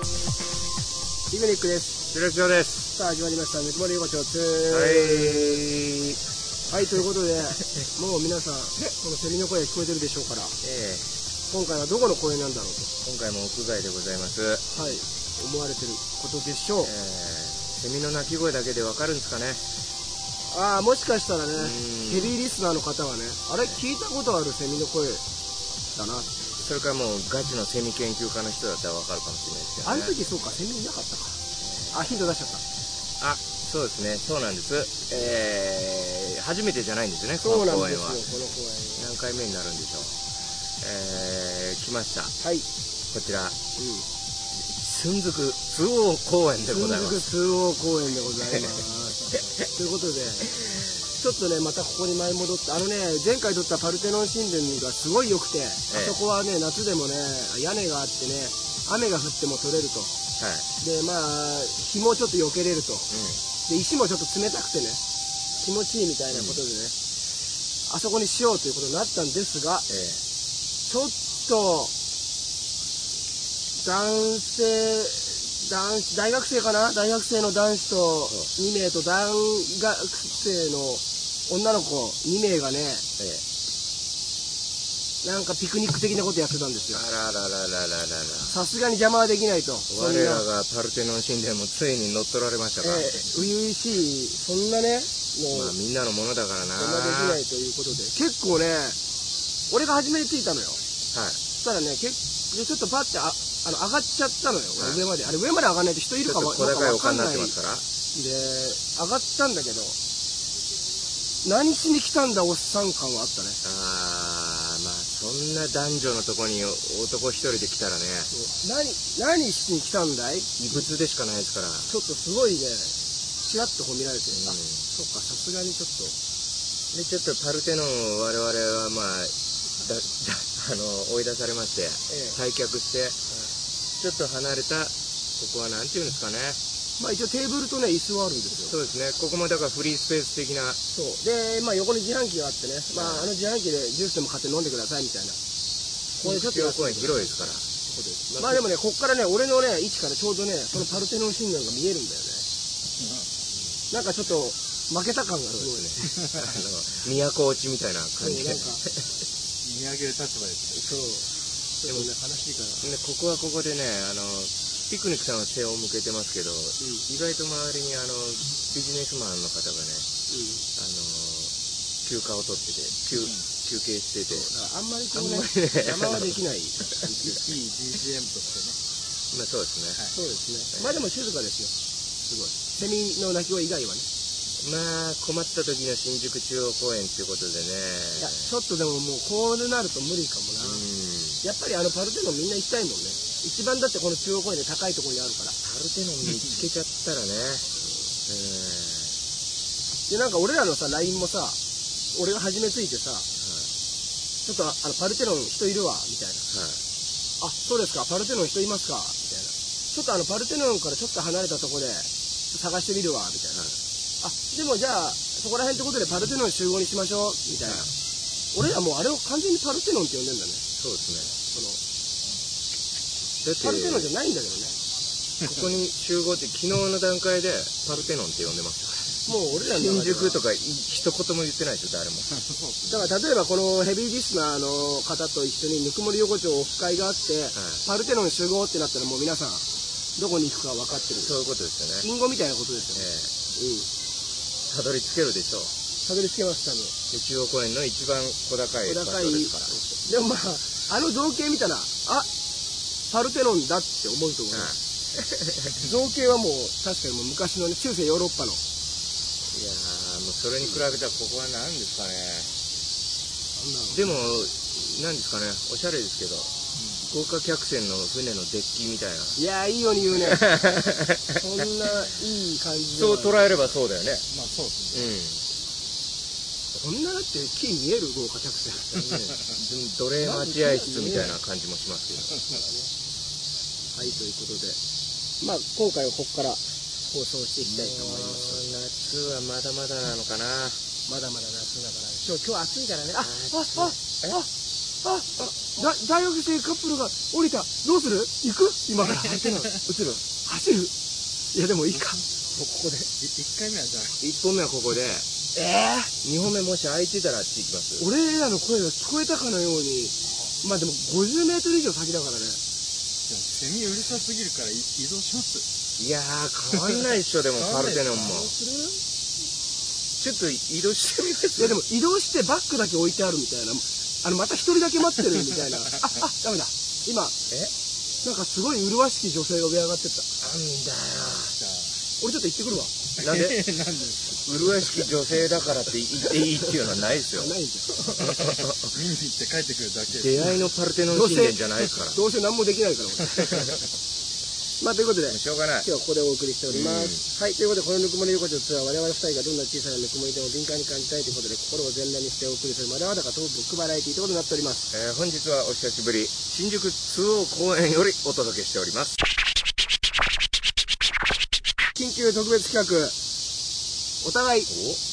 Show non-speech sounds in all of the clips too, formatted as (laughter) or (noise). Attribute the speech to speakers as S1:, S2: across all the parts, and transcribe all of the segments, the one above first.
S1: リベリックです。
S2: ディレクションです。
S1: さあ、始まりました。ぬくもりごちょうつ
S2: は
S1: は
S2: い。
S1: い、ということで、もう皆さん、このセミの声が聞こえてるでしょうから、
S2: ええ
S1: 今回はどこの公園なんだろうと、
S2: 今回も屋外でございます。
S1: はい、思われてることでしょう
S2: ええ。セミの鳴き声だけでわかるんですかね。
S1: ああ、もしかしたらね、
S2: ん
S1: ヘビーリスナーの方はね、あれ、聞いたことあるセミの声だな。
S2: それからもうガチのセミ研究家の人だったらわかるかもしれないですけど
S1: あ
S2: ね。
S1: の時、そうか、セミいなかったか。あ、ヒント出しちゃった。
S2: あ、そうですね。そうなんです。ええ初めてじゃないんですね。
S1: そうなん
S2: この公
S1: です
S2: 演
S1: よ、
S2: は
S1: こ。の公園は。
S2: 何回目になるんでしょう。ええ来ました。
S1: はい。うん。
S2: こちら、寸足通央公園でございま
S1: 続く
S2: す。
S1: 通央公園でございます。ということで、ちょっとね、またここに前戻って、あのね、前回撮ったパルテノン神殿がすごい良くて、あそこはね、夏でもね、屋根があってね、雨が降っても取れると。
S2: はい。
S1: で、まあ、日もちょっと避けれると。で、石もちょっと冷たくてね、気持ちいいみたいなことでね、あそこにしようということになったんですが、
S2: うん。ええ
S1: ちょっと、男性、男子、大学生かな大学生の男子と2名と大学生の女の子2名がね、
S2: ええ
S1: なんかピクニック的なことやってたんですよ。
S2: あららららららら。
S1: さすがに邪魔はできないと。そんな、
S2: 我
S1: え
S2: らがパルテノン神殿もついに乗っ取られました
S1: え
S2: か、
S1: 初々しい、そんなね、もう、
S2: まあみんなのものだからな
S1: 邪魔できないということで、結構ね、俺が初めに着いたのよ。
S2: はい
S1: そしたらね、結でちょっとバッてああの上がっちゃったのよ、
S2: はい
S1: 上まで。あれ上まで上がんないと人い
S2: ち
S1: るか
S2: ょっ
S1: も
S2: と小高い
S1: わか
S2: 丘
S1: ん
S2: にな
S1: な
S2: っ
S1: いで
S2: てますから
S1: 上がったんだけど、何しに来たんだおっさん感はあったね。
S2: あーまあそんな男女のとこに男一人で来たらね
S1: 何何しに来たんだいち
S2: 異物でしかないですから、
S1: ょっとすごいね、ちらっとこう見られて、
S2: うん
S1: あそっか、さすがにちょっと、
S2: でちょっとパルテノンを我々はまあだあの追い出されまして
S1: ええ
S2: 退却して、ちょっと離れたここはなんていうんですかね
S1: まあ一応テーブルとね、椅子はあるんです
S2: そ
S1: よ。
S2: うですねここもだからフリースペース的な
S1: そうで、まあ横に自販機があってね、ま
S2: は
S1: ああ
S2: い
S1: の自販機でジュースでも買って飲んでくださいみたいな。これちょっと
S2: 中央公園広いですから
S1: まあ
S2: (laughs)
S1: でもね、こっからね、俺のね、位置からちょうどね、そのパルテノン神殿が見えるんだよね。なんかちょっと、負けた感がすごいね。
S2: あの都落ちみたいな感じで
S1: なんか、
S3: 見上げる立場です
S1: そう。でもね、悲しいから。
S2: でここはここでねあのピクニックさんは背を向けてますけど、意外と周りにあのビジネスマンの方が
S1: う
S2: ねあの休暇を取ってて休,、休憩してて、
S1: ん。だからあんまりこうね
S2: あんま、りね
S1: 邪魔はできない。そ
S3: いい BGM とし
S2: ま
S3: て
S2: あ、そうですね、
S1: うですね。まあでも静かですよ。すごい。セミの鳴き声以外はね。
S2: まあ困った時の新宿中央公園ということで
S1: い
S2: ね
S1: や、ちょっとでももうこうなると無理かもな
S2: う。ん
S1: やっぱりあのパルテノンみんな行きたいもんね。一番だってこの中央公園で高いところにあるから。
S2: パルテノン見つけちゃった
S1: (laughs)
S2: らね、うん
S1: で、なんか俺らのさ、LINE もさ、俺が初めついてさ、ちょっとああのパルテノン人いるわ、みたいな。
S2: はいはい
S1: あ、そうですか、パルテノン人いますか、みたいな。ちょっとあのパルテノンからちょっと離れたとこで探してみるわ、みたいな。
S2: はい
S1: あ、でもじゃあ、そこら辺ってことでパルテノン集合にしましょう、みたいな。俺らもうあれを完全にパルテノンって呼んでんだね。
S2: そうです
S1: その
S2: ねだって
S1: パルテノンじゃないんだけどね。
S2: ここに集合って昨日の段階でパルテノンって呼んでますよ
S1: もう俺らの中で
S2: 新
S1: は
S2: 宿とかい一言も言ってないですよ誰も
S1: だから例えばこのヘビーリスナーの方と一緒にぬくもり横丁オフ会があって、パルテノン集合ってなったらもう皆さんどこに行くか分かってる
S2: そういうことですよ
S1: リン
S2: ね
S1: ゴみたいなことですよね、うん
S2: ええたどり着けるでしょう
S1: たどり着けます多分
S2: で中央公園の一番小高い場
S1: 小高い
S2: 所ですか
S1: でもまああの
S2: ら
S1: 造形見たらあパルテノンだって思うと思います、造形はもう確かにもう昔のね中世ヨーロッパの
S2: いやーもうそれに比べたらここは何ですかね
S1: で
S2: でも何ですかねおしゃれですけど豪華客船の船のデッキみたいな
S1: や
S2: い
S1: ーいいように言うねそんないい感じでは
S2: そう捉えればそうだよね
S3: まあそうですね
S2: うん
S1: こんなだって木見える豪華客船
S2: (laughs) 奴隷待合室みたいな感じもしますけど
S1: はい、ということで、まあ、今回はここから放送していきたいと思います。
S2: 夏はまだまだなのかな。
S1: まだまだ夏だから、今日、今日暑いからね。あ、あ、あ、
S2: え
S1: あ、あ、あ、だ大学生カップルが降りた。どうする行く今から。 (laughs) 走る
S2: 映る
S1: 走るいや、でもいいか。もうここで。
S3: 一回目はじゃあ、
S2: 一本目はここで、
S1: えー
S2: 二本目もし空いてたらあっち行きます。
S1: 俺らの声が聞こえたかのように、まあでも50メートル以上先だからね。
S3: でもセミうるさすぎるからい移動します。
S2: いやー、変わんないっしょ、でも、パルテ (laughs) ノンも。
S1: する
S2: ちょっと移動してみます
S1: いやでも移動してバッグだけ置いてあるみたいな、あのまた一人だけ待ってるみ (laughs) たいな。あ、あ、ダメだ。今、
S2: え
S1: なんかすごい麗しき女性が上上がってった。
S2: なんだよ。
S3: じゃ
S1: 俺ちょっと行ってくるわ。
S2: なんで、
S3: あ、なんで
S2: 麗しき女性だからって言っていいっていうのはないですよ
S1: あ。ないんだよ。
S3: 見に行って帰ってくるだけ。
S2: 出会いのパルテノン神殿じゃないですから。
S1: どうせ何もできないから (laughs) 俺。まあということで。
S2: しょうがな
S1: 今
S2: い。
S1: 日はここでお送りしております。はい、ということで、このぬくもり横丁ツアー、我々二人がどんな小さなぬくもりでも敏感に感じたいということで、心を全裸にしてお送りする、まだまだかトークバラエティーということになっております。
S2: えー本日はお久しぶり、新宿通央公園よりお届けしております。
S1: (laughs) 緊急特別企画、お互い、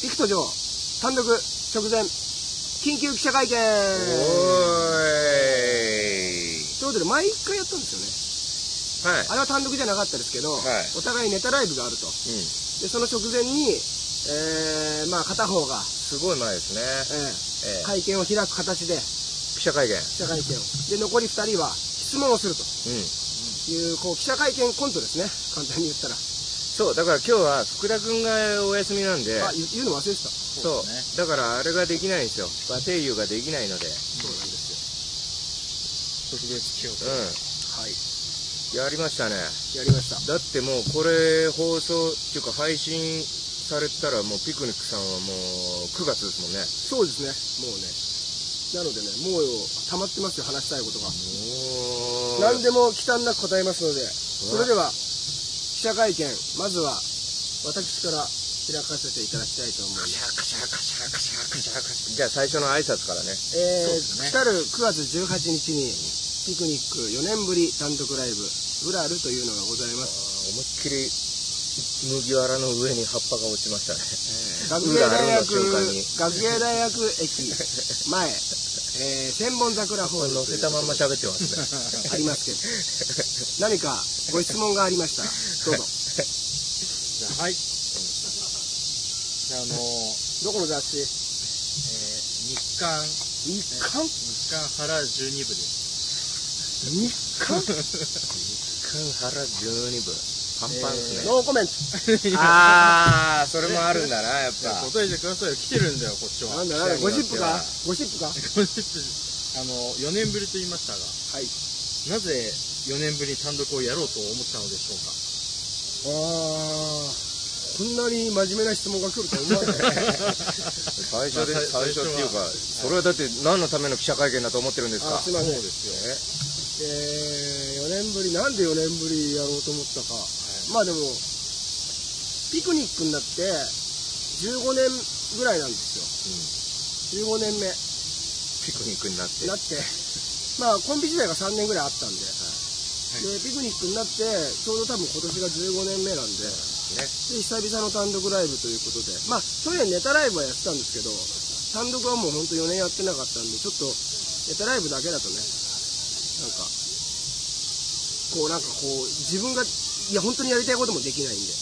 S1: 幾途上、単独、直前、緊急記者会見
S2: おーい。
S1: ということで、毎回やったんですよね。
S2: はい。
S1: あれは単独じゃなかったですけど、
S2: はい
S1: お互いネタライブがあると。
S2: うん。
S1: で、その直前に、えー、まあ、片方が、
S2: すごい前ですね。
S1: えー
S2: えー
S1: 会見を開く形で、
S2: 記者会見。
S1: 記者会見を。で、残り二人は、質問をすると。
S2: うん。
S1: いう、こう、記者会見コントですね。簡単に言ったら。
S2: そう、だから今日は福田くんがお休みなんで、
S1: あ、言う言うの忘れてた。
S2: そう
S3: そうです
S2: だからあれができないんですよ。馬蹄優ができないので、
S1: そうなんです
S3: 特別今日。
S2: う
S1: よ。はい。
S2: ん。やりましたね。
S1: やりました。
S2: だってもうこれ放送っていうか配信されたらもうピクニックさんはもう9月ですもんね。
S1: そうですね。もうね。なのでね、もうよ、溜まってますよ、話したいことが。
S2: おー
S1: 何でも忌憚なく答えますので、それでは、
S2: は
S1: 記者会見、まずは、私から開かせていただきたいと思いま
S2: カ
S1: す。
S2: シャカシャカシャカシャカシャカシャじゃあ最初の挨拶からね。
S1: え
S3: そう
S1: ー来た
S3: ですね
S1: る9月18日に、ピクニック4年ぶり単独ライブ、ブラルというのがございます。
S2: あー思いっきり麦わらの上に葉っぱが落ちましたね。
S1: 学芸大学
S2: ブラルの瞬間
S1: 学
S2: に、
S1: 芸大学駅前、えー千本桜ホール。
S2: 乗せたまんま喋ってますね。
S1: ありますけど。何かご質問がありましたら、どうぞ。
S3: じゃあ、はい。じゃあ、あのー、
S1: どこの雑誌
S3: えー、日刊、
S1: 日刊
S3: 日刊原12部です。
S1: 日刊
S2: カンハラ12部。パンパンですね。
S1: ノーコメント。
S2: あー、それもあるんだな、やっ
S3: いや
S2: ぱ。
S3: 答えてくださいよ。来てるんだよ、こっちは。
S1: な
S3: (laughs) あ
S1: ん
S3: の、
S1: だなんだ、ゴシップかゴシップか
S3: 4年ぶりと言いましたが、
S1: はい。
S3: なぜ4年ぶりに単独をやろうと思ったのでしょうか
S1: あー、こんなに真面目な質問が来るとは思わない。
S2: 最初で
S3: まあ
S2: す、最初っ
S3: 最初は
S2: ていうか、それはだって何のための記者会見だと思ってるんです
S1: あ
S2: か
S1: すいません。
S2: すよ。
S1: えー、4年ぶり、なんで4年ぶりやろうと思ったか。まあでも、ピクニックになって15年ぐらいなんですよ。15年目。
S2: ピクニックになって。
S1: なって、 (laughs) まあコンビ時代が3年ぐらいあったんで、でピクニックになって、ちょうど多分今年が15年目なんで、で久々の単独ライブということで、まあ去年ネタライブはやってたんですけど、単独はもうほんと4年やってなかったんで、ちょっとネタライブだけだとね、なんか、こうなんかこう、自分が、いや本当にやりたいこともできないんで、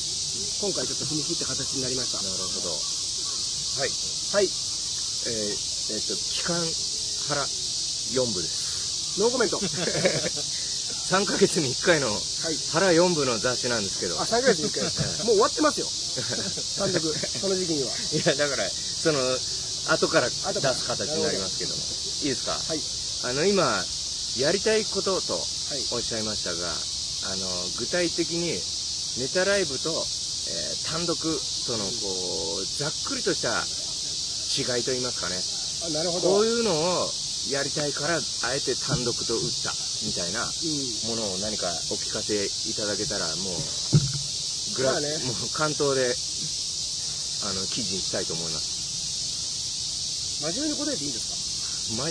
S1: 今回ちょっと踏み切った形になりました。
S2: なるほど。はい。
S1: はい、
S2: えー、えっ、と、期間腹4部です。
S1: ノーコメント。はい。
S2: 3ヶ月に1回の腹4部の雑誌なんですけ
S1: (laughs)
S2: ど。
S1: あ、3ヶ月に1回です。もう終わってますよ。単独、その時期には。
S2: いや、だから、その、後から出す形になりますけども。いいですか
S1: はい。
S2: あの、今、やりたいことと
S1: はい。
S2: おっしゃいましたが、あの、具体的に、ネタライブと、えー単独との、こう、ざっくりとした違いと言いますかね。
S1: あ、なるほ
S2: こ
S1: ど。
S2: う
S1: うん。
S2: いうのをやりたいから、あえて単独と打った、みたいなものを何かお聞かせいただけたら、もう、グラ、
S1: まあね
S2: もう関東で、あの、記事にしたいと思います。
S1: 真面目に答えていいんですか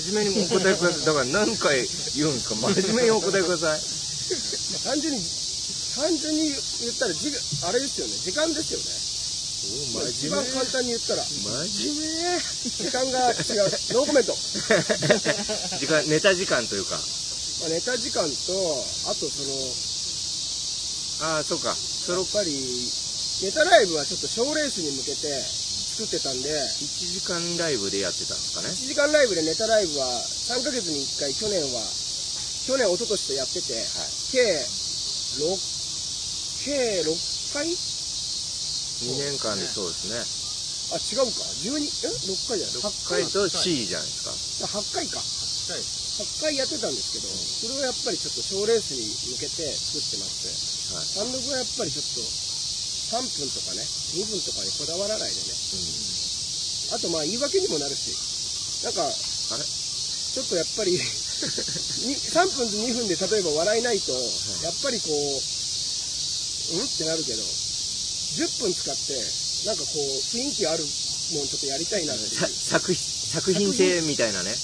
S2: 真面目にお答えください。だから何回言うんですか真面目にお答えください。
S1: 単純に単純に言ったらじあれですよね時間ですよね
S2: お
S1: 一
S2: 真
S1: 番
S2: 面目
S1: 簡単に言ったら
S2: 真面目
S1: 時間が違うノーコメント、
S2: 時間ネタ時間というか
S1: まあ、ネタ時間とあとその
S2: ああそうかそ
S1: や
S2: の
S1: っぱりネタライブはちょっと賞ーレースに向けて作ってたんで
S2: 1時間ライブでやってたんですかね
S1: 1時間ライブでネタライブは3ヶ月に1回去年は去年一昨年とやってて、計6計6回
S2: 2年間でそうですね
S1: あ違うか12え6回じゃない
S2: 6回と C じゃないですか
S1: 8回か
S3: 回
S1: 8回やってたんですけど、それをやっぱりちょっと賞ーレースに向けて作ってまして、
S2: は
S1: 単
S2: い
S1: 独はやっぱりちょっと3分とかね2分とかにこだわらないでねあとまあ言い訳にもなるしなんか
S2: あれ
S1: ちょっとやっ
S2: (laughs)
S1: ぱりに3分と2分で例えば笑えないと、やっぱりこううんってなるけど10分使ってなんかこう雰囲気あるもんちょっとやりたいなっていう
S2: さ作品作品性みたいなね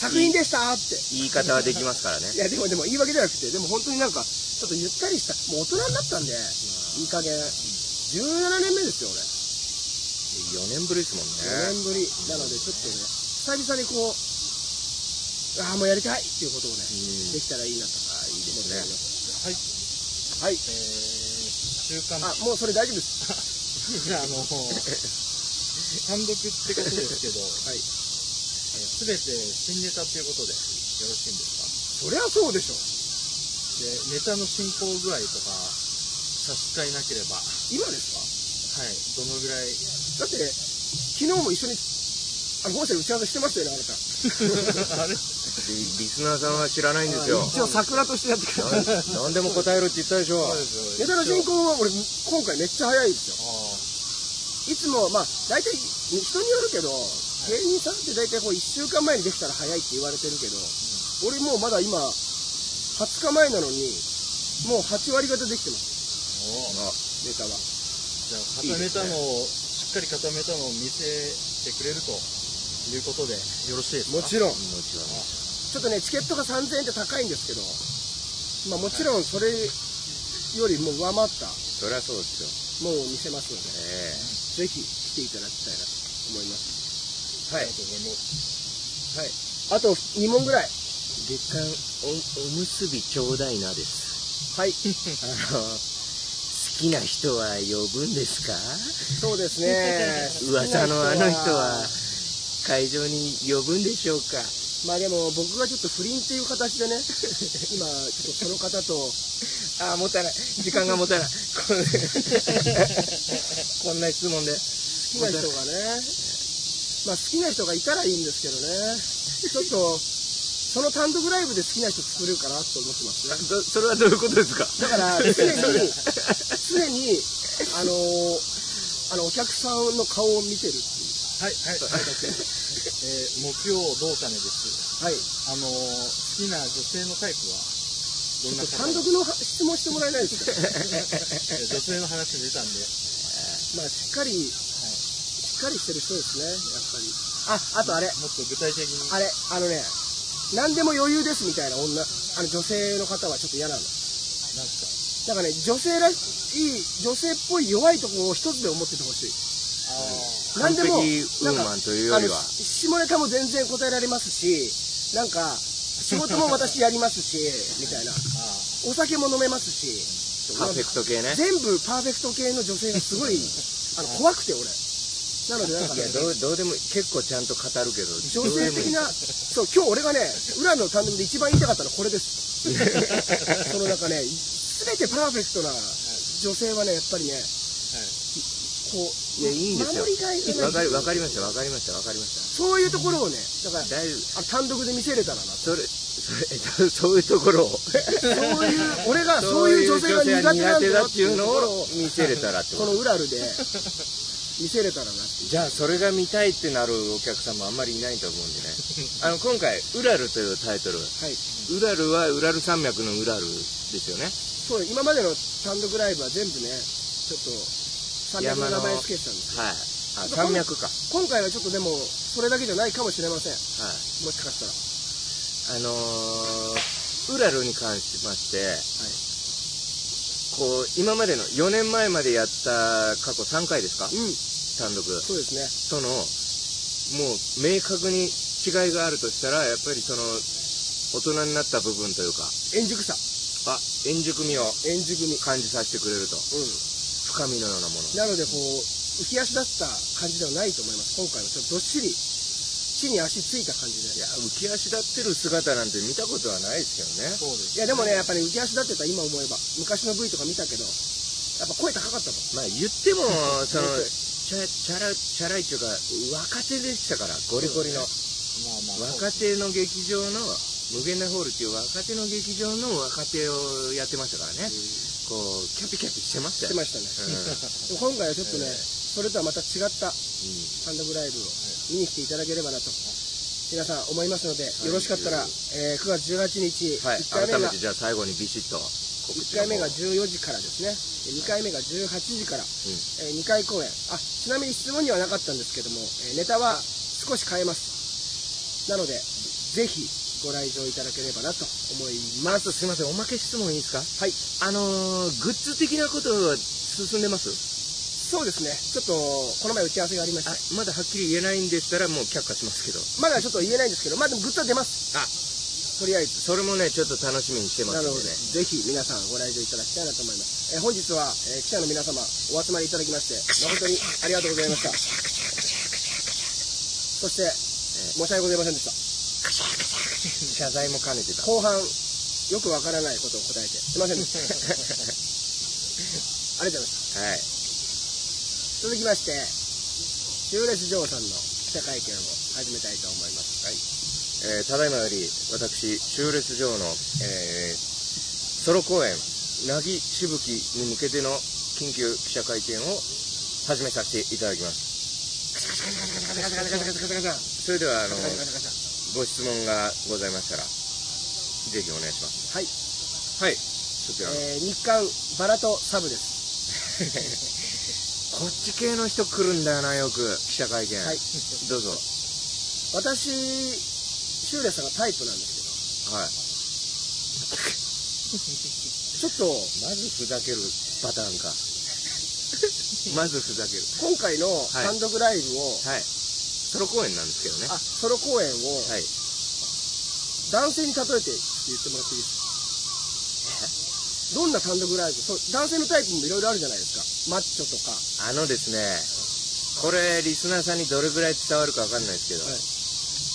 S1: 作品でしたーって
S2: 言い方はできますからね
S1: いやでもでも言い訳じゃなくてでも本当になんかちょっとゆったりしたもう大人になったんでいい加減17年目ですよ俺
S2: 4年ぶりですもん
S1: 4
S2: ね
S1: 年ぶりなのでちょっとね久々にこうああもうやりたいっていうことをね
S2: うん
S1: できたらいいなとかいい
S2: ですね
S3: はい。
S1: はい
S3: えー、週刊誌
S1: あもうそれ大丈夫です
S3: いやあの、単独ってことですけど、
S1: はい
S3: すべて新ネタということで、よろしいんです
S1: そりゃそうでしょ
S3: かで、ネタの進行具合とか、差し支えなければ、は
S1: 今です
S3: い、どのぐらい、
S1: かだって昨日も一緒にあの本社で打ち合わせしてましたよねあなた
S3: あれ
S2: でリスナーさんは知らないんですよ
S1: 一応桜としてやってくれた
S2: なん何でも答えろって言ったでしょ
S3: す
S1: ネタの進行は俺今回めっちゃ早いですよ
S3: あ
S1: いつも
S3: あ
S1: まあ大体人によるけど芸人さんって大体こう1週間前にできたら早いって言われてるけど、俺もうまだ今20日前なのにもう8割方できてます
S3: お
S2: あ
S1: ネタは
S3: じゃあ、固めたのを、しっかり固めたのを見せてくれるということで、よろしいです
S1: も
S3: か
S1: ちろん
S2: もちろん
S1: ちょっとねチケットが3000円って高いんですけどまあもちろんそれよりも上回った
S2: そりゃそうですよ
S1: ものを見せますので
S2: え
S1: ぜひ来ていただきたいなと思います
S2: えは
S3: あ
S2: い
S3: りがとうございます。
S2: はい
S1: あと2問ぐらい
S2: 月刊おおむすびちょうだいなです (laughs)
S1: はい
S2: あの好きな人は呼ぶんですか
S1: そうですね
S2: 噂のあの人は
S1: 好きな
S2: 会場に呼ぶんでしょうか
S1: まあでも僕がちょっと不倫っていう形でね (laughs) 今ちょっとその方と
S2: ああもったいない時間がもったいない (laughs) こんこんな質問で
S1: 好きな人がねまあ好きな人がいたらいいんですけどねちょっとその単独ライブで好きな人作れるかなと思ってますね
S2: どそれはどういうことですか
S1: だから (laughs) 常に常にあのーあのお客さんの顔を見てるっていう
S3: はい、
S1: (laughs)
S3: はい、はい、えー、木曜どうかねです。
S1: はい
S3: あのー、好きな女性のタイプは、どん
S1: ちょ
S3: な
S1: っと
S3: 方
S1: 単独の質問してもらえないです (laughs) か
S3: え女性の話出たんで、
S1: まあしっかり
S3: は
S1: しっかりしてる人ですねやっぱりああとあれ
S3: い、もっと具体的に。
S1: あれ、あのね、何でも余裕ですみたいな女、あの女性の方はちょっと嫌なの。
S3: なんす
S1: だからね、女性らしい、女性っぽい弱いところを一つで思っててほしい。
S3: かあ
S1: 何でも、
S2: 完璧ウーマンというより
S1: な
S2: は
S1: んかあの下ネタも全然答えられますし、なんか、仕事も私やりますし、みたいな。
S3: ーあー、
S1: お酒も飲めますし、
S2: パーフェクト系ね
S1: 全部パーフェクト系の女性がすごい、あの、怖くて俺。なのでなんか
S2: いや
S1: ね、
S2: どうどうでも結構ちゃんと語るけど
S1: 女性的な、そう、今日俺がね、裏の単独で一番言いたかったのはこれ
S2: (laughs)
S1: です。そのなんかね、すべてパーフェクトな女性はね、やっぱりね、こう、
S2: いやいいんですよ
S1: 守りがいがない
S2: わかりわかりましたわかりましたわかりまし
S1: そういうところをね、だから
S2: た、だいぶ
S1: あ単独で見せれたらな
S2: (laughs)
S1: と。
S2: それそれえっ (laughs) とそういうところを
S1: そういう、俺がそういう女性が苦手なんだよっていうところを、
S2: 見せれたらって
S1: こ
S2: こ
S1: の
S2: と
S1: 裏ルで見せれたらなっていう。
S2: じゃあそれが見たいってなるお客さんもあんまりいないと思うんでね (laughs) あの今回「ウラル」というタイトル
S1: はい。
S2: ウラルはウラル山脈のウラルですよね
S1: そう、今までの単独ライブは全部ね、ちょっと、三脚の名前つけてたんです。
S2: はいあ山脈かは
S1: 今回はちょっとでも、それだけじゃないかもしれません。
S2: い
S1: もしかしたら。
S2: あのーウラルに関しまして、こう今までの4年前までやった過去3回ですか
S1: うん、
S2: 単独
S1: そうですね。
S2: とのもう明確に違いがあるとしたらやっぱりその大人になった部分というか
S1: 円熟さ、
S2: あ円熟味を
S1: 円熟味。
S2: 感じさせてくれると
S1: う
S2: 深みのようなもの
S1: ん。なので、こう、浮き足立った感じではないと思います。今回はちょっとどっしり、地に足ついた感じで。
S2: いや浮き足立ってる姿なんて見たことはないですよね
S3: そうです
S1: いやでもね、やっぱり浮き足立ってた今思えば、昔の V とか見たけど、やっぱ声高かったもん。
S2: まあ言って (laughs) もその
S1: 本当に
S2: チャチャラチャラいっていうか若手でしたからゴリゴリの
S3: まあまあ
S2: 若手の劇場の無限大ホールっていう若手の劇場の若手をやってましたからね、こうキャピキャピしてました
S1: して
S2: よ
S1: ましたね。
S2: うんうん
S1: でも今回はちょっとね、
S2: ええ
S1: それとはまた違った
S2: (laughs)
S1: 単独ライブを見に来ていただければなと、皆さん思いますので、
S2: い
S1: よろしかったら、えー9月18日、
S2: はい
S1: 1回目
S2: 改め
S1: が
S2: てじゃあ最後にビシッと告知
S1: 1回
S2: の方
S1: 目が14時からですね、2回目が18時から、え2回公演あ、ちなみに質問にはなかったんですけども、えーネタは少し変えます。なので、ぜひご来場いただければなと思いま
S2: あ
S1: す。
S2: とすいませんおまけ質問いいですか
S1: はい、
S2: あのー、グッズ的なことは進んでます
S1: そうですね、ちょっとこの前打ち合わせがありました
S2: あ。まだはっきり言えないんでしたらもう却下しますけど
S1: まだちょっと言えないんですけど、まあでもグッズは出ます。
S2: あ
S1: とりあえず。
S2: それもねちょっと楽しみにしてま
S1: な
S2: す
S1: の
S2: ん
S1: で、
S2: でね
S1: ぜひ皆さんご来場いただきたいなと思います。えー本日は、えー記者の皆様、お集まりいただきまして、誠にありがとうございました。そして、申し訳ございませんでした。
S2: 謝罪も兼ねてた
S1: 後半、よくわからないことを答えて、すいませんでした。ありがとうございました。
S2: はい
S1: 続きまして、中列嬢さんの記者会見を始めたいと思います。はい。
S2: えーただいまより私中列上の、えーソロ公演「なぎしぶき」に向けての緊急記者会見を始めさせていただきますそれではあのご質問がございましたらぜひお願いします
S1: はい。
S2: はいそちらの、
S1: えー日刊バラとサブです。
S2: こっち系の人来るんだよなよく記者会見、
S1: はい
S2: どうぞ
S1: 私シューレさんがタイプなんです
S2: はい
S1: けどちょっと
S2: まずふざけるパターン (laughs) かまずふざける
S1: 今回の
S2: い
S1: 単独ライブを、
S2: はいソロ公演なんですけどね
S1: あソロ公演を
S2: はい
S1: 男性に例えて言ってもらっていいですかどんな単独ライブそう男性のタイプもいろいろあるじゃないですかマッチョとか
S2: あのですね、これ、リスナーさんにどれぐらい伝わるかわかんないですけど、
S1: はい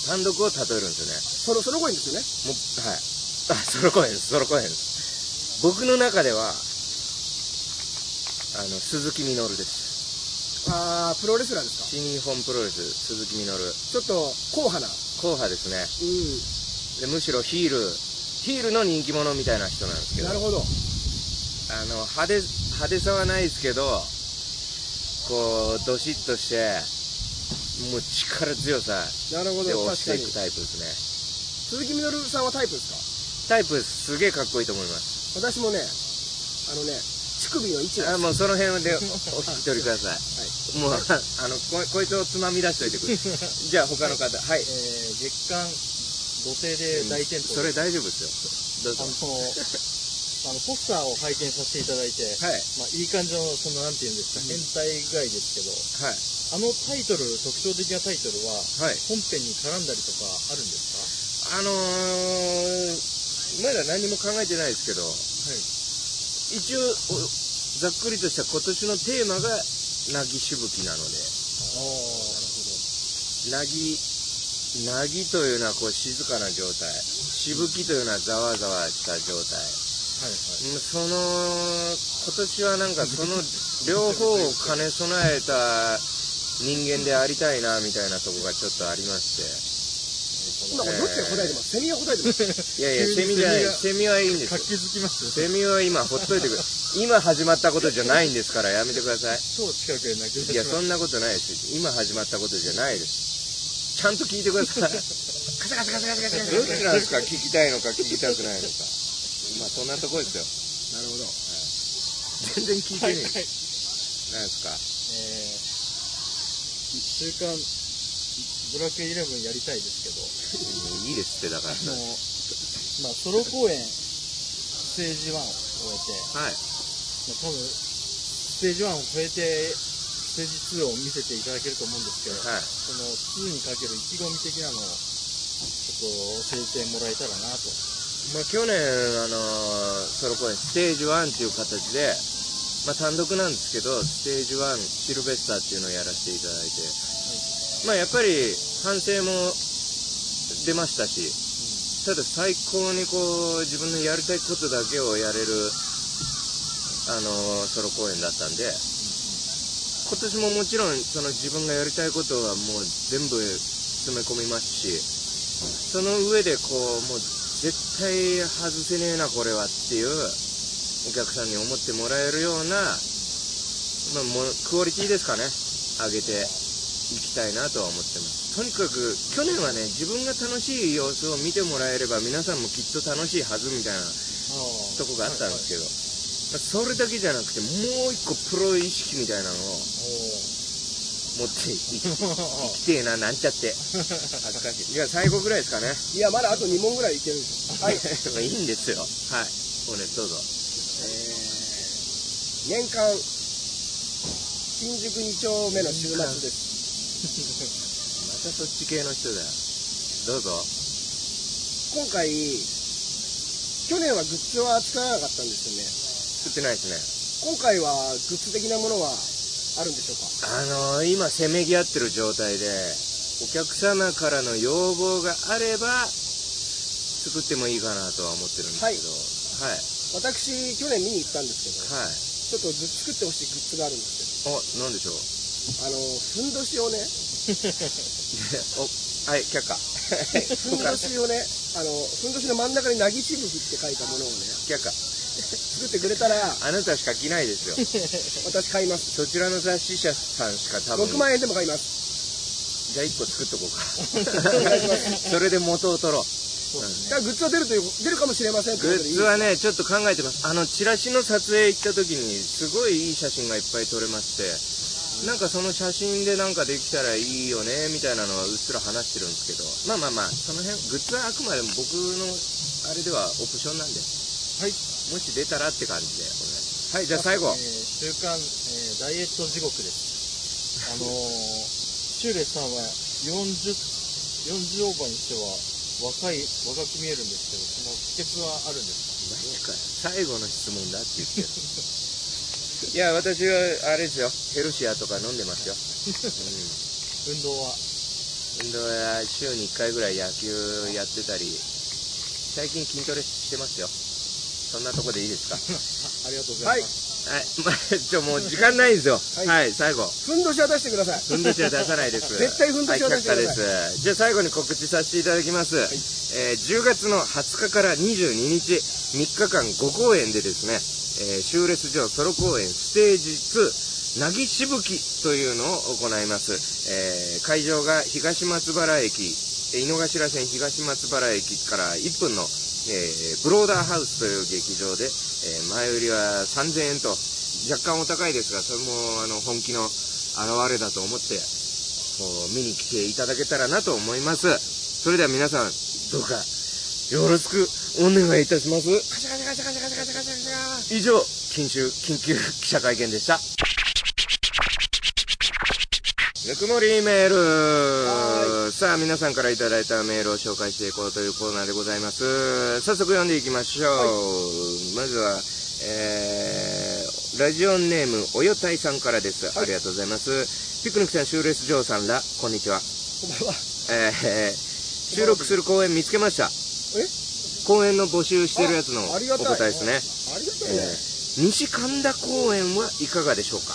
S2: 単独を例えるんですよね。
S1: ソロソロ公演ですよね
S2: もう、はい。 (laughs) あ、ソロ公演です、ソロ公演です。僕の中では、あの、鈴木みのるです。
S1: あープロレスラーですか
S2: 新日本プロレス、鈴木みのる。
S1: ちょっと硬派なう
S2: 硬派ですね。
S1: ん
S2: で、むしろヒール、ヒールの人気者みたいな人なんですけど、
S1: なるほど
S2: あの、派手、派手さはないですけど、こう、どしっとして、もう力強さ
S1: なるほ
S2: で
S1: ど
S2: 押
S1: 確
S2: し
S1: か
S2: て
S1: に
S2: いくタイプですね。
S1: 鈴木みのるさんはタイプです
S2: タイプすげえかっこいいと思います
S1: か私もねあのね乳首の位置が
S2: あもうその辺でお聞き取りください、もうあのここいつをつまみ出しといてく
S3: (laughs)
S2: れじゃあ他の方はい、
S3: えー月間土手で大店舗
S2: それ大丈夫ですよどうぞ
S3: あのあのポスターを拝見させていただいて、
S2: はいはい
S3: まあ、いい感じのそのなんていうんですか変態以外ですけどあのタイトル特徴的なタイトルは
S2: はい
S3: 本編に絡んだりとかあるんです
S2: あのー、まだ何も考えてないですけど
S3: かはい
S2: 一応おざっくりとした今年のテーマが「なぎしぶき」なので
S3: ああなるほど
S2: なぎ、なぎというのはこう静かな状態。しぶきというのはざわざわした状態。
S3: はいはい
S2: うんその、今年はなんかその両方を兼ね備えた人間でありたいな、みたいなとこがちょっとありまして。
S1: 今これどっちが答えてますセミが答えてます
S2: いやいや、
S3: 急
S2: セ
S3: に
S2: ミじゃない
S3: セミが、
S2: セミはいいんですよ
S3: 活。気づきますよ
S2: セミは今ほっといてくれ。今始まったことじゃないんですから、やめてください。
S3: 超近くで泣き出し
S2: いや、そ
S3: まし
S2: んなことないです。今始まったことじゃないです。ちゃんと聞いてください。
S1: カサカサカサカサカサカサ
S2: どっちなんですか聞きたいのか聞きたくないのかまあそんなとこですよ
S1: なるほど
S2: 全然聞いて
S3: は
S2: ね
S3: い
S2: え、
S3: はい
S2: なんですか
S3: えー週刊ブラックイレブンやりたいですけど
S2: いいですってだから
S3: あのまあ、ソロ公演、ステージ1を終えて、
S2: はい。
S3: まあ、多分ステージ1を超えて、ステージ2を見せていただけると思うんですけど、
S2: はい。
S3: その2にかける意気込み的なのを、ちょっと教えてもらえたらなと。
S2: まあ、去年、あのーソロ公演、ステージ1っていう形で、まあ、単独なんですけど、ステージ1、シルベスターっていうのをやらせていただいて、まあ、やっぱり、反省も出ましたし、ただ最高にこう、自分のやりたいことだけをやれる、あのーソロ公演だったんで、今年ももちろん、その自分がやりたいことはもう全部詰め込みますし、その上でこう、もう絶対外せねえな、これはっていう、お客さんに思ってもらえるような、まあ、ものクオリティですかね、上げていきたいなとは思ってます。とにかく、去年はね、自分が楽しい様子を見てもらえれば、皆さんもきっと楽しいはずみたいなとこがあったんですけど、まあそれだけじゃなくて、もう一個プロ意識みたいなのを持っていき
S3: は
S2: きてえ
S3: いはいおー
S2: な、なんちゃって。恥ずかしい。じゃあ最後ぐらいですかね。
S1: いや、まだあと2問ぐらいいけるんですよ。はい。え
S2: いいんですよ。はい。おね、どうぞ。
S1: ー、年間、新宿2丁目の週末です。
S2: またそっち系の人だよ。どうぞ。
S1: 今回、去年はグッズは扱わなかったんですよね。
S2: 作ってないですね。
S1: 今回はグッズ的なものはあるんでしょうか
S2: あのー、今、せめぎ合ってる状態で、お客様からの要望があれば、作ってもいいかなとは思ってるんですけど。はい。
S1: 私、去年見に行ったんですけど、
S2: はい。
S1: ちょっとグッズ作ってほしいグッズがあるんです
S2: お、なんでしょう。
S1: けど、あの、ふんどしをね、
S2: (laughs) お、はい、却下。
S1: ふんどしをね、あの、ふんどしの真ん中になぎしぶきって書いたものをね、
S2: 却下。
S1: 作ってくれたら、
S2: あなたしか着ない (laughs) ですよ。
S1: 私買います。
S2: そちらの雑誌社さんしか多分。
S1: 6万円でも買い
S2: (laughs)
S1: ます。
S2: じゃあ1個作っとこうか。
S1: お願いします。
S2: それで元を取ろう。
S3: そうです
S1: だか
S3: ね。
S1: らグッズは出るという、出るかもしれませんと
S2: グ
S1: いうこと
S2: ッ
S1: でいい
S2: ズはね、ちょっと考えてます。あの、チラシの撮影行った時に、すごいいい写真がいっぱい撮れまして、なんかその写真でなんかできたらいいよね、みたいなのはうっすら話してるんですけど、まあまあまあ、その辺、グッズはあくまでも僕の、あれではオプションなんで、
S3: はい。
S2: もし出たらって感じでお願いします。はい、じゃあ最後。
S3: え
S2: は
S3: ー週刊、えーダイエット地獄です。あ
S2: (laughs)
S3: のー、シューレさんは40、40オーバーにしては若い、若く見えるんですけど、その秘訣はあるんです
S2: 最後の質問だって言 (laughs) ってる。いや、私は、あれですよ、ヘルシアとか飲んでます (laughs) よ。うん
S3: か運動は。
S2: 運動や週に1回ぐらい野球やってたり最近筋トレしてますよそんなとこでいい
S1: (laughs)
S2: ですか
S3: ありがとうございます。
S2: はい、まあ、ちょもう時間ないんですよは、
S1: はいい
S2: 最後
S1: ふんどしは出してください。
S2: ふんどしは出さないです
S1: 絶対ふんどしは出してくださ
S2: はい、却下ですじゃあ最後に告知させていただきます、えー10月の20日から22日3日間5公演でですね、えー、シューレス城ソロ公演ステージ2なぎしぶきというのを行います、えー会場が東松原駅えー井の頭線東松原駅から1分の、えーブローダーハウスという劇場で、えー前売りは3000円と若干お高いですがそれもあの本気の表れだと思ってこう見に来ていただけたらなと思いますそれでは皆さんどうかよろしくお願いいたします
S1: ガシャガシャガシャガシャガシャガシャガシャガシャ
S2: 以上緊急緊急記者会見でしたぬくもりメールさあ皆さんからいただいたメールを紹介していこうというコーナーでございます早速読んでいきましょう、まずはえー、ラジオネームおよたいさんからです、ありがとうございますピクニックさんシューレスジョーさんらこんにちは
S1: こんばんは。
S2: えー収録する公演見つけました
S1: え
S2: 公演の募集してるやつの
S1: あありが
S2: お
S1: たい
S2: 答えですね
S1: ありがたいね。
S2: えー西神田公園はいかがでしょうか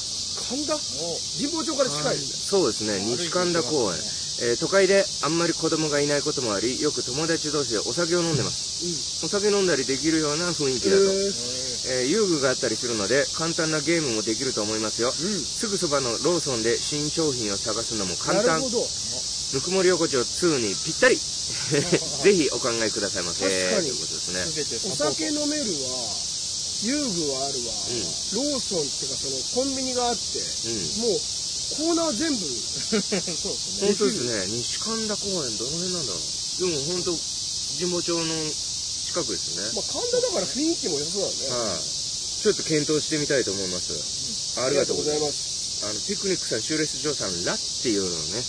S1: 神田神保町から近い。
S2: そうですね西神田公園
S3: 歩いてきますね
S2: えー都会であんまり子供がいないこともありよく友達同士でお酒を飲んでますお酒飲んだりできるような雰囲気だと、
S1: えー
S2: えー遊具があったりするので簡単なゲームもできると思いますよすぐそばのローソンで新商品を探すのも簡
S1: な
S2: 単
S1: るほど。
S2: ぬくもり横丁2にぴったり (laughs) ぜひお考えくださいませ
S1: 確かに
S2: ということですね
S3: すべて
S1: お
S3: サポート
S1: 酒飲めるわ、遊具はあるわ、ローソンっていうか、そのコンビニがあって、
S2: うん
S1: もうコーナー全部、
S3: そ
S2: 本当
S3: うですね。
S2: ですね西神田公園どの辺なんだろうでも本当神保町の近くですね。
S1: まあ、神田だから雰囲気も良さそうだね。
S2: はい。ちょっと検討してみたいと思います。ありがとうございます。
S1: す。
S2: あの、ピクニックさん、シューレスジョーさん、ラっていうのをね、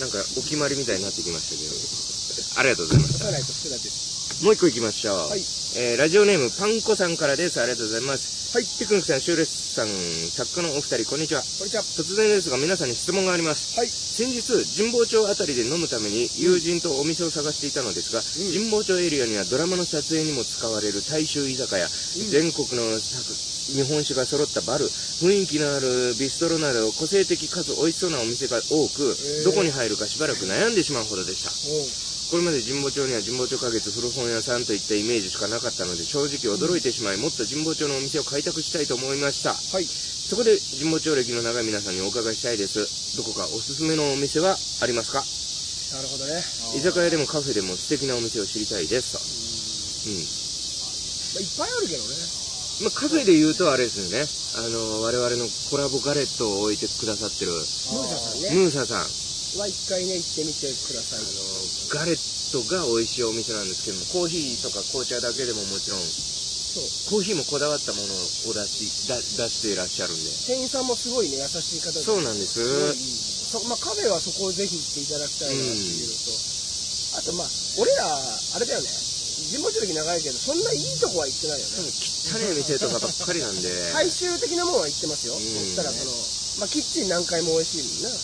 S2: なんかお決まりみたいになってきましたけど、ありがとうございまし
S1: 出
S2: た
S1: さ。ないと服だって。
S2: もう一個行きましょう。
S1: はい
S2: えーラジオネーム、パンコさんからです。ありがとうございます。
S1: はい
S2: ピクニックさん、シューレスさん、作家のお二人、こんにちは。
S1: これじゃあ、
S2: 突然ですが、皆さんに質問があります。
S1: はい。
S2: 先日神保町あたりで飲むために友人とお店を探していたのですが、
S1: うん
S2: 神保町エリアにはドラマの撮影にも使われる大衆居酒屋、全国の作日本酒が揃ったバル雰囲気のあるビストロなど個性的かつ美味しそうなお店が多く、
S1: へー
S2: どこに入るかしばらく悩んでしまうほどでしたこれまで神保町には神保町花月古本屋さんといったイメージしかなかったので正直驚いてしまい、もっと神保町のお店を開拓したいと思いました
S1: はい。
S2: そこで神保町歴の長い皆さんにお伺いしたいですどこかおすすめのお店はありますか
S1: なるほどね。
S2: 居酒屋でもカフェでも素敵なお店を知りたいですと、
S1: まあ、いっぱいあるけどね。
S2: うんまあ、カフェで言うとあれですよねあの我々のコラボガレットを置いてくださってる
S1: ムーサさんね。
S2: ムーサさん
S1: は一回ね、行ってみてください。
S2: ガレットが美味しいお店なんですけどもコーヒーとか紅茶だけでももちろん
S1: そう。
S2: コーヒーもこだわったものを出しだ出していらっしゃるんで
S1: 店員さんもすごいね、優しい方で。
S2: そうなんです
S1: そまあ、カフェはそこをぜひ行っていただきたいなっていうのと、あとまあ俺らあれだよね地元歴長いけどそんないいとこは行ってないよね
S2: 汚い店とかばっかりなんで、
S1: 大衆的なもんは行ってますよ、
S2: うん
S1: そしたらその、まあ、キッチン何回も美味しいもんな、
S2: う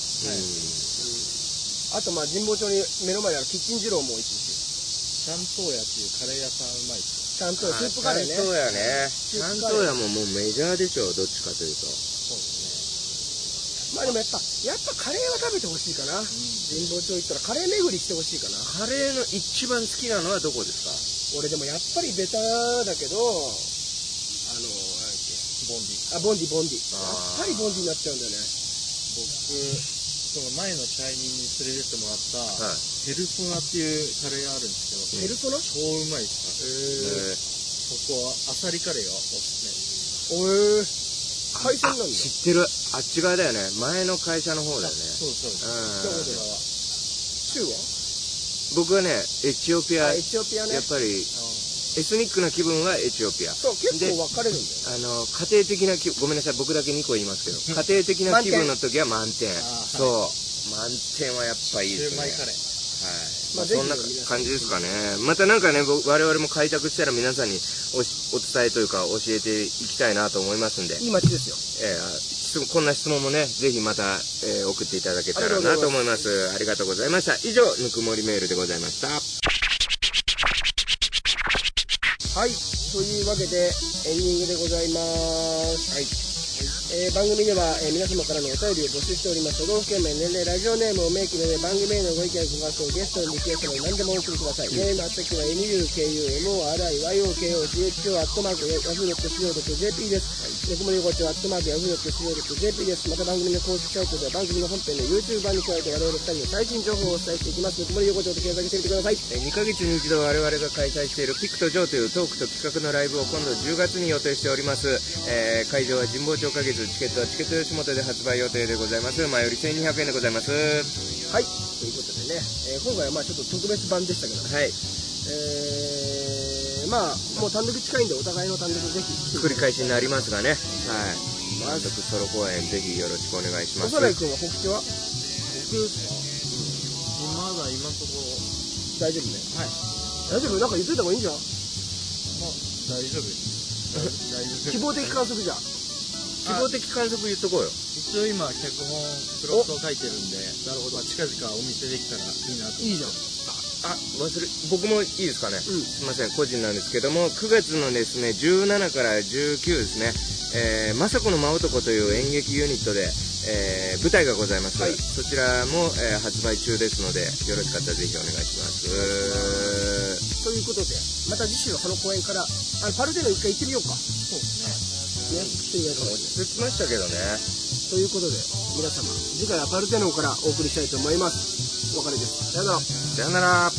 S1: あとまあ神保町に目の前にあるキッチン二郎も美味しいし
S3: ちゃんとやっていうカレー屋さんうまいっす
S1: ちゃ
S3: よ
S1: んと
S2: ん
S1: スープカレーね
S2: そうやね
S1: スー
S2: 担
S1: プカレー
S2: 当やももうメジャーでしょどっちかというと
S3: そうです
S1: まあでもやっぱやっぱカレーは食べてほしいかな
S3: ね
S1: 神保町行ったらカレー巡りしてほしいかな
S2: カレーの一番好きなのはどこですか
S1: 俺でもやっぱりベタだけどあのなんだっけ
S3: ボンディ
S1: あボンディボンディや
S2: あ
S1: っぱ
S2: ー
S1: りボンディになっちゃうんだよね
S3: 僕その前の社員に連れてってもらった、
S2: はい
S3: ペルソナっていうカレーがあるんですけど、
S1: ペルソナへ
S3: 超うまいっす
S2: え
S1: え
S2: ー
S3: そこはアサリカレーがおすすめです
S1: おえ海鮮なんだ
S2: あ知ってるあっち側だよね前の会社の方だよね
S3: そうですそうです
S1: どこ
S2: う
S1: でだ中は
S2: ん僕はねエチオピア
S1: あエ
S2: や
S1: チオピアね
S2: っぱりエスニックな気分はエチオピア
S1: そう結構分かれるんだよ
S2: あの家庭的な気ごめんなさい僕だけ2個言いますけど家庭的な気分の時は満点
S3: あー
S2: そう満点はやっぱいいで
S3: シ
S2: す
S3: ュー
S2: ねはい
S3: マイカレー
S2: まあ、
S1: ぜひ
S2: そんな感じですかねまたなんかね僕我々も開拓したら皆さんにおしお伝えというか教えていきたいなと思いますんで
S1: いい街ですよ
S2: えー質問こんな質問もね、ぜひまた、えー送っていただけたらなと思います。ありがとうございました。以上、ぬくもりメールでございました。
S1: はいというわけでエンディングでございますはいえー番組では、えー皆様からのお便りを募集しております都道府県名年齢ラジオネームを明記の上番組へのご意見ご感想ゲストのリクエストなど何でもお送りください、メールの宛先は nukumoriyokocho.yahoo.co.jp ですぬくもりごちょ .yahoo.co.jp ですまた番組の公式サイトでは番組の本編の YouTube 版に加えて我々2人の最新情報をお伝えしていきますぬくもり横丁と検索してみてください
S2: えー2ヶ月に一度我々が開催しているピクトジョーというトークと企画のライブを今度10月に予定しております、えー会場は神保町花月チケットはチケット吉本で発売予定でございます前より1200円でございますは
S1: はいということでね、えー今回はまあちょっと特別版でしたけど
S2: い
S1: えーまあもう単独近いんでお互いの単独ぜひ
S2: 繰り返しになりますがねはい満足ソロ公演ぜひよろしくお願いします
S1: 幼い君は北地は
S3: 僕ですか、まだ今のところ
S1: 大丈夫ね
S3: はい
S1: 大丈夫なんか言っといた方がいいんじゃん
S3: まあ大丈夫です大丈
S1: (laughs)
S3: 夫
S1: 希望的観測じゃん
S2: 希望的観測言っとこうよ
S3: 一応今脚本プロットを書いてるんでなるほど、まあ近々お見せできたらいいなと
S1: いいじゃん
S2: あ忘れ僕もいいですかね、
S1: うん
S2: すいません個人なんですけども9月のですね17から19ですね「えー政子の真男」という演劇ユニットで、えー舞台がございます、
S1: はい
S2: そちらも、えー発売中ですのでよろしかったらぜひお願いします
S1: ということでまた次週はこの公演からあパルテノ一回行ってみようかね
S3: そうですね
S1: 来てみないかもしれない
S2: 落ち着きましたけどね
S1: ということで皆様次回はパルテノからお送りしたいと思いますお別れですさよなら
S2: さよなら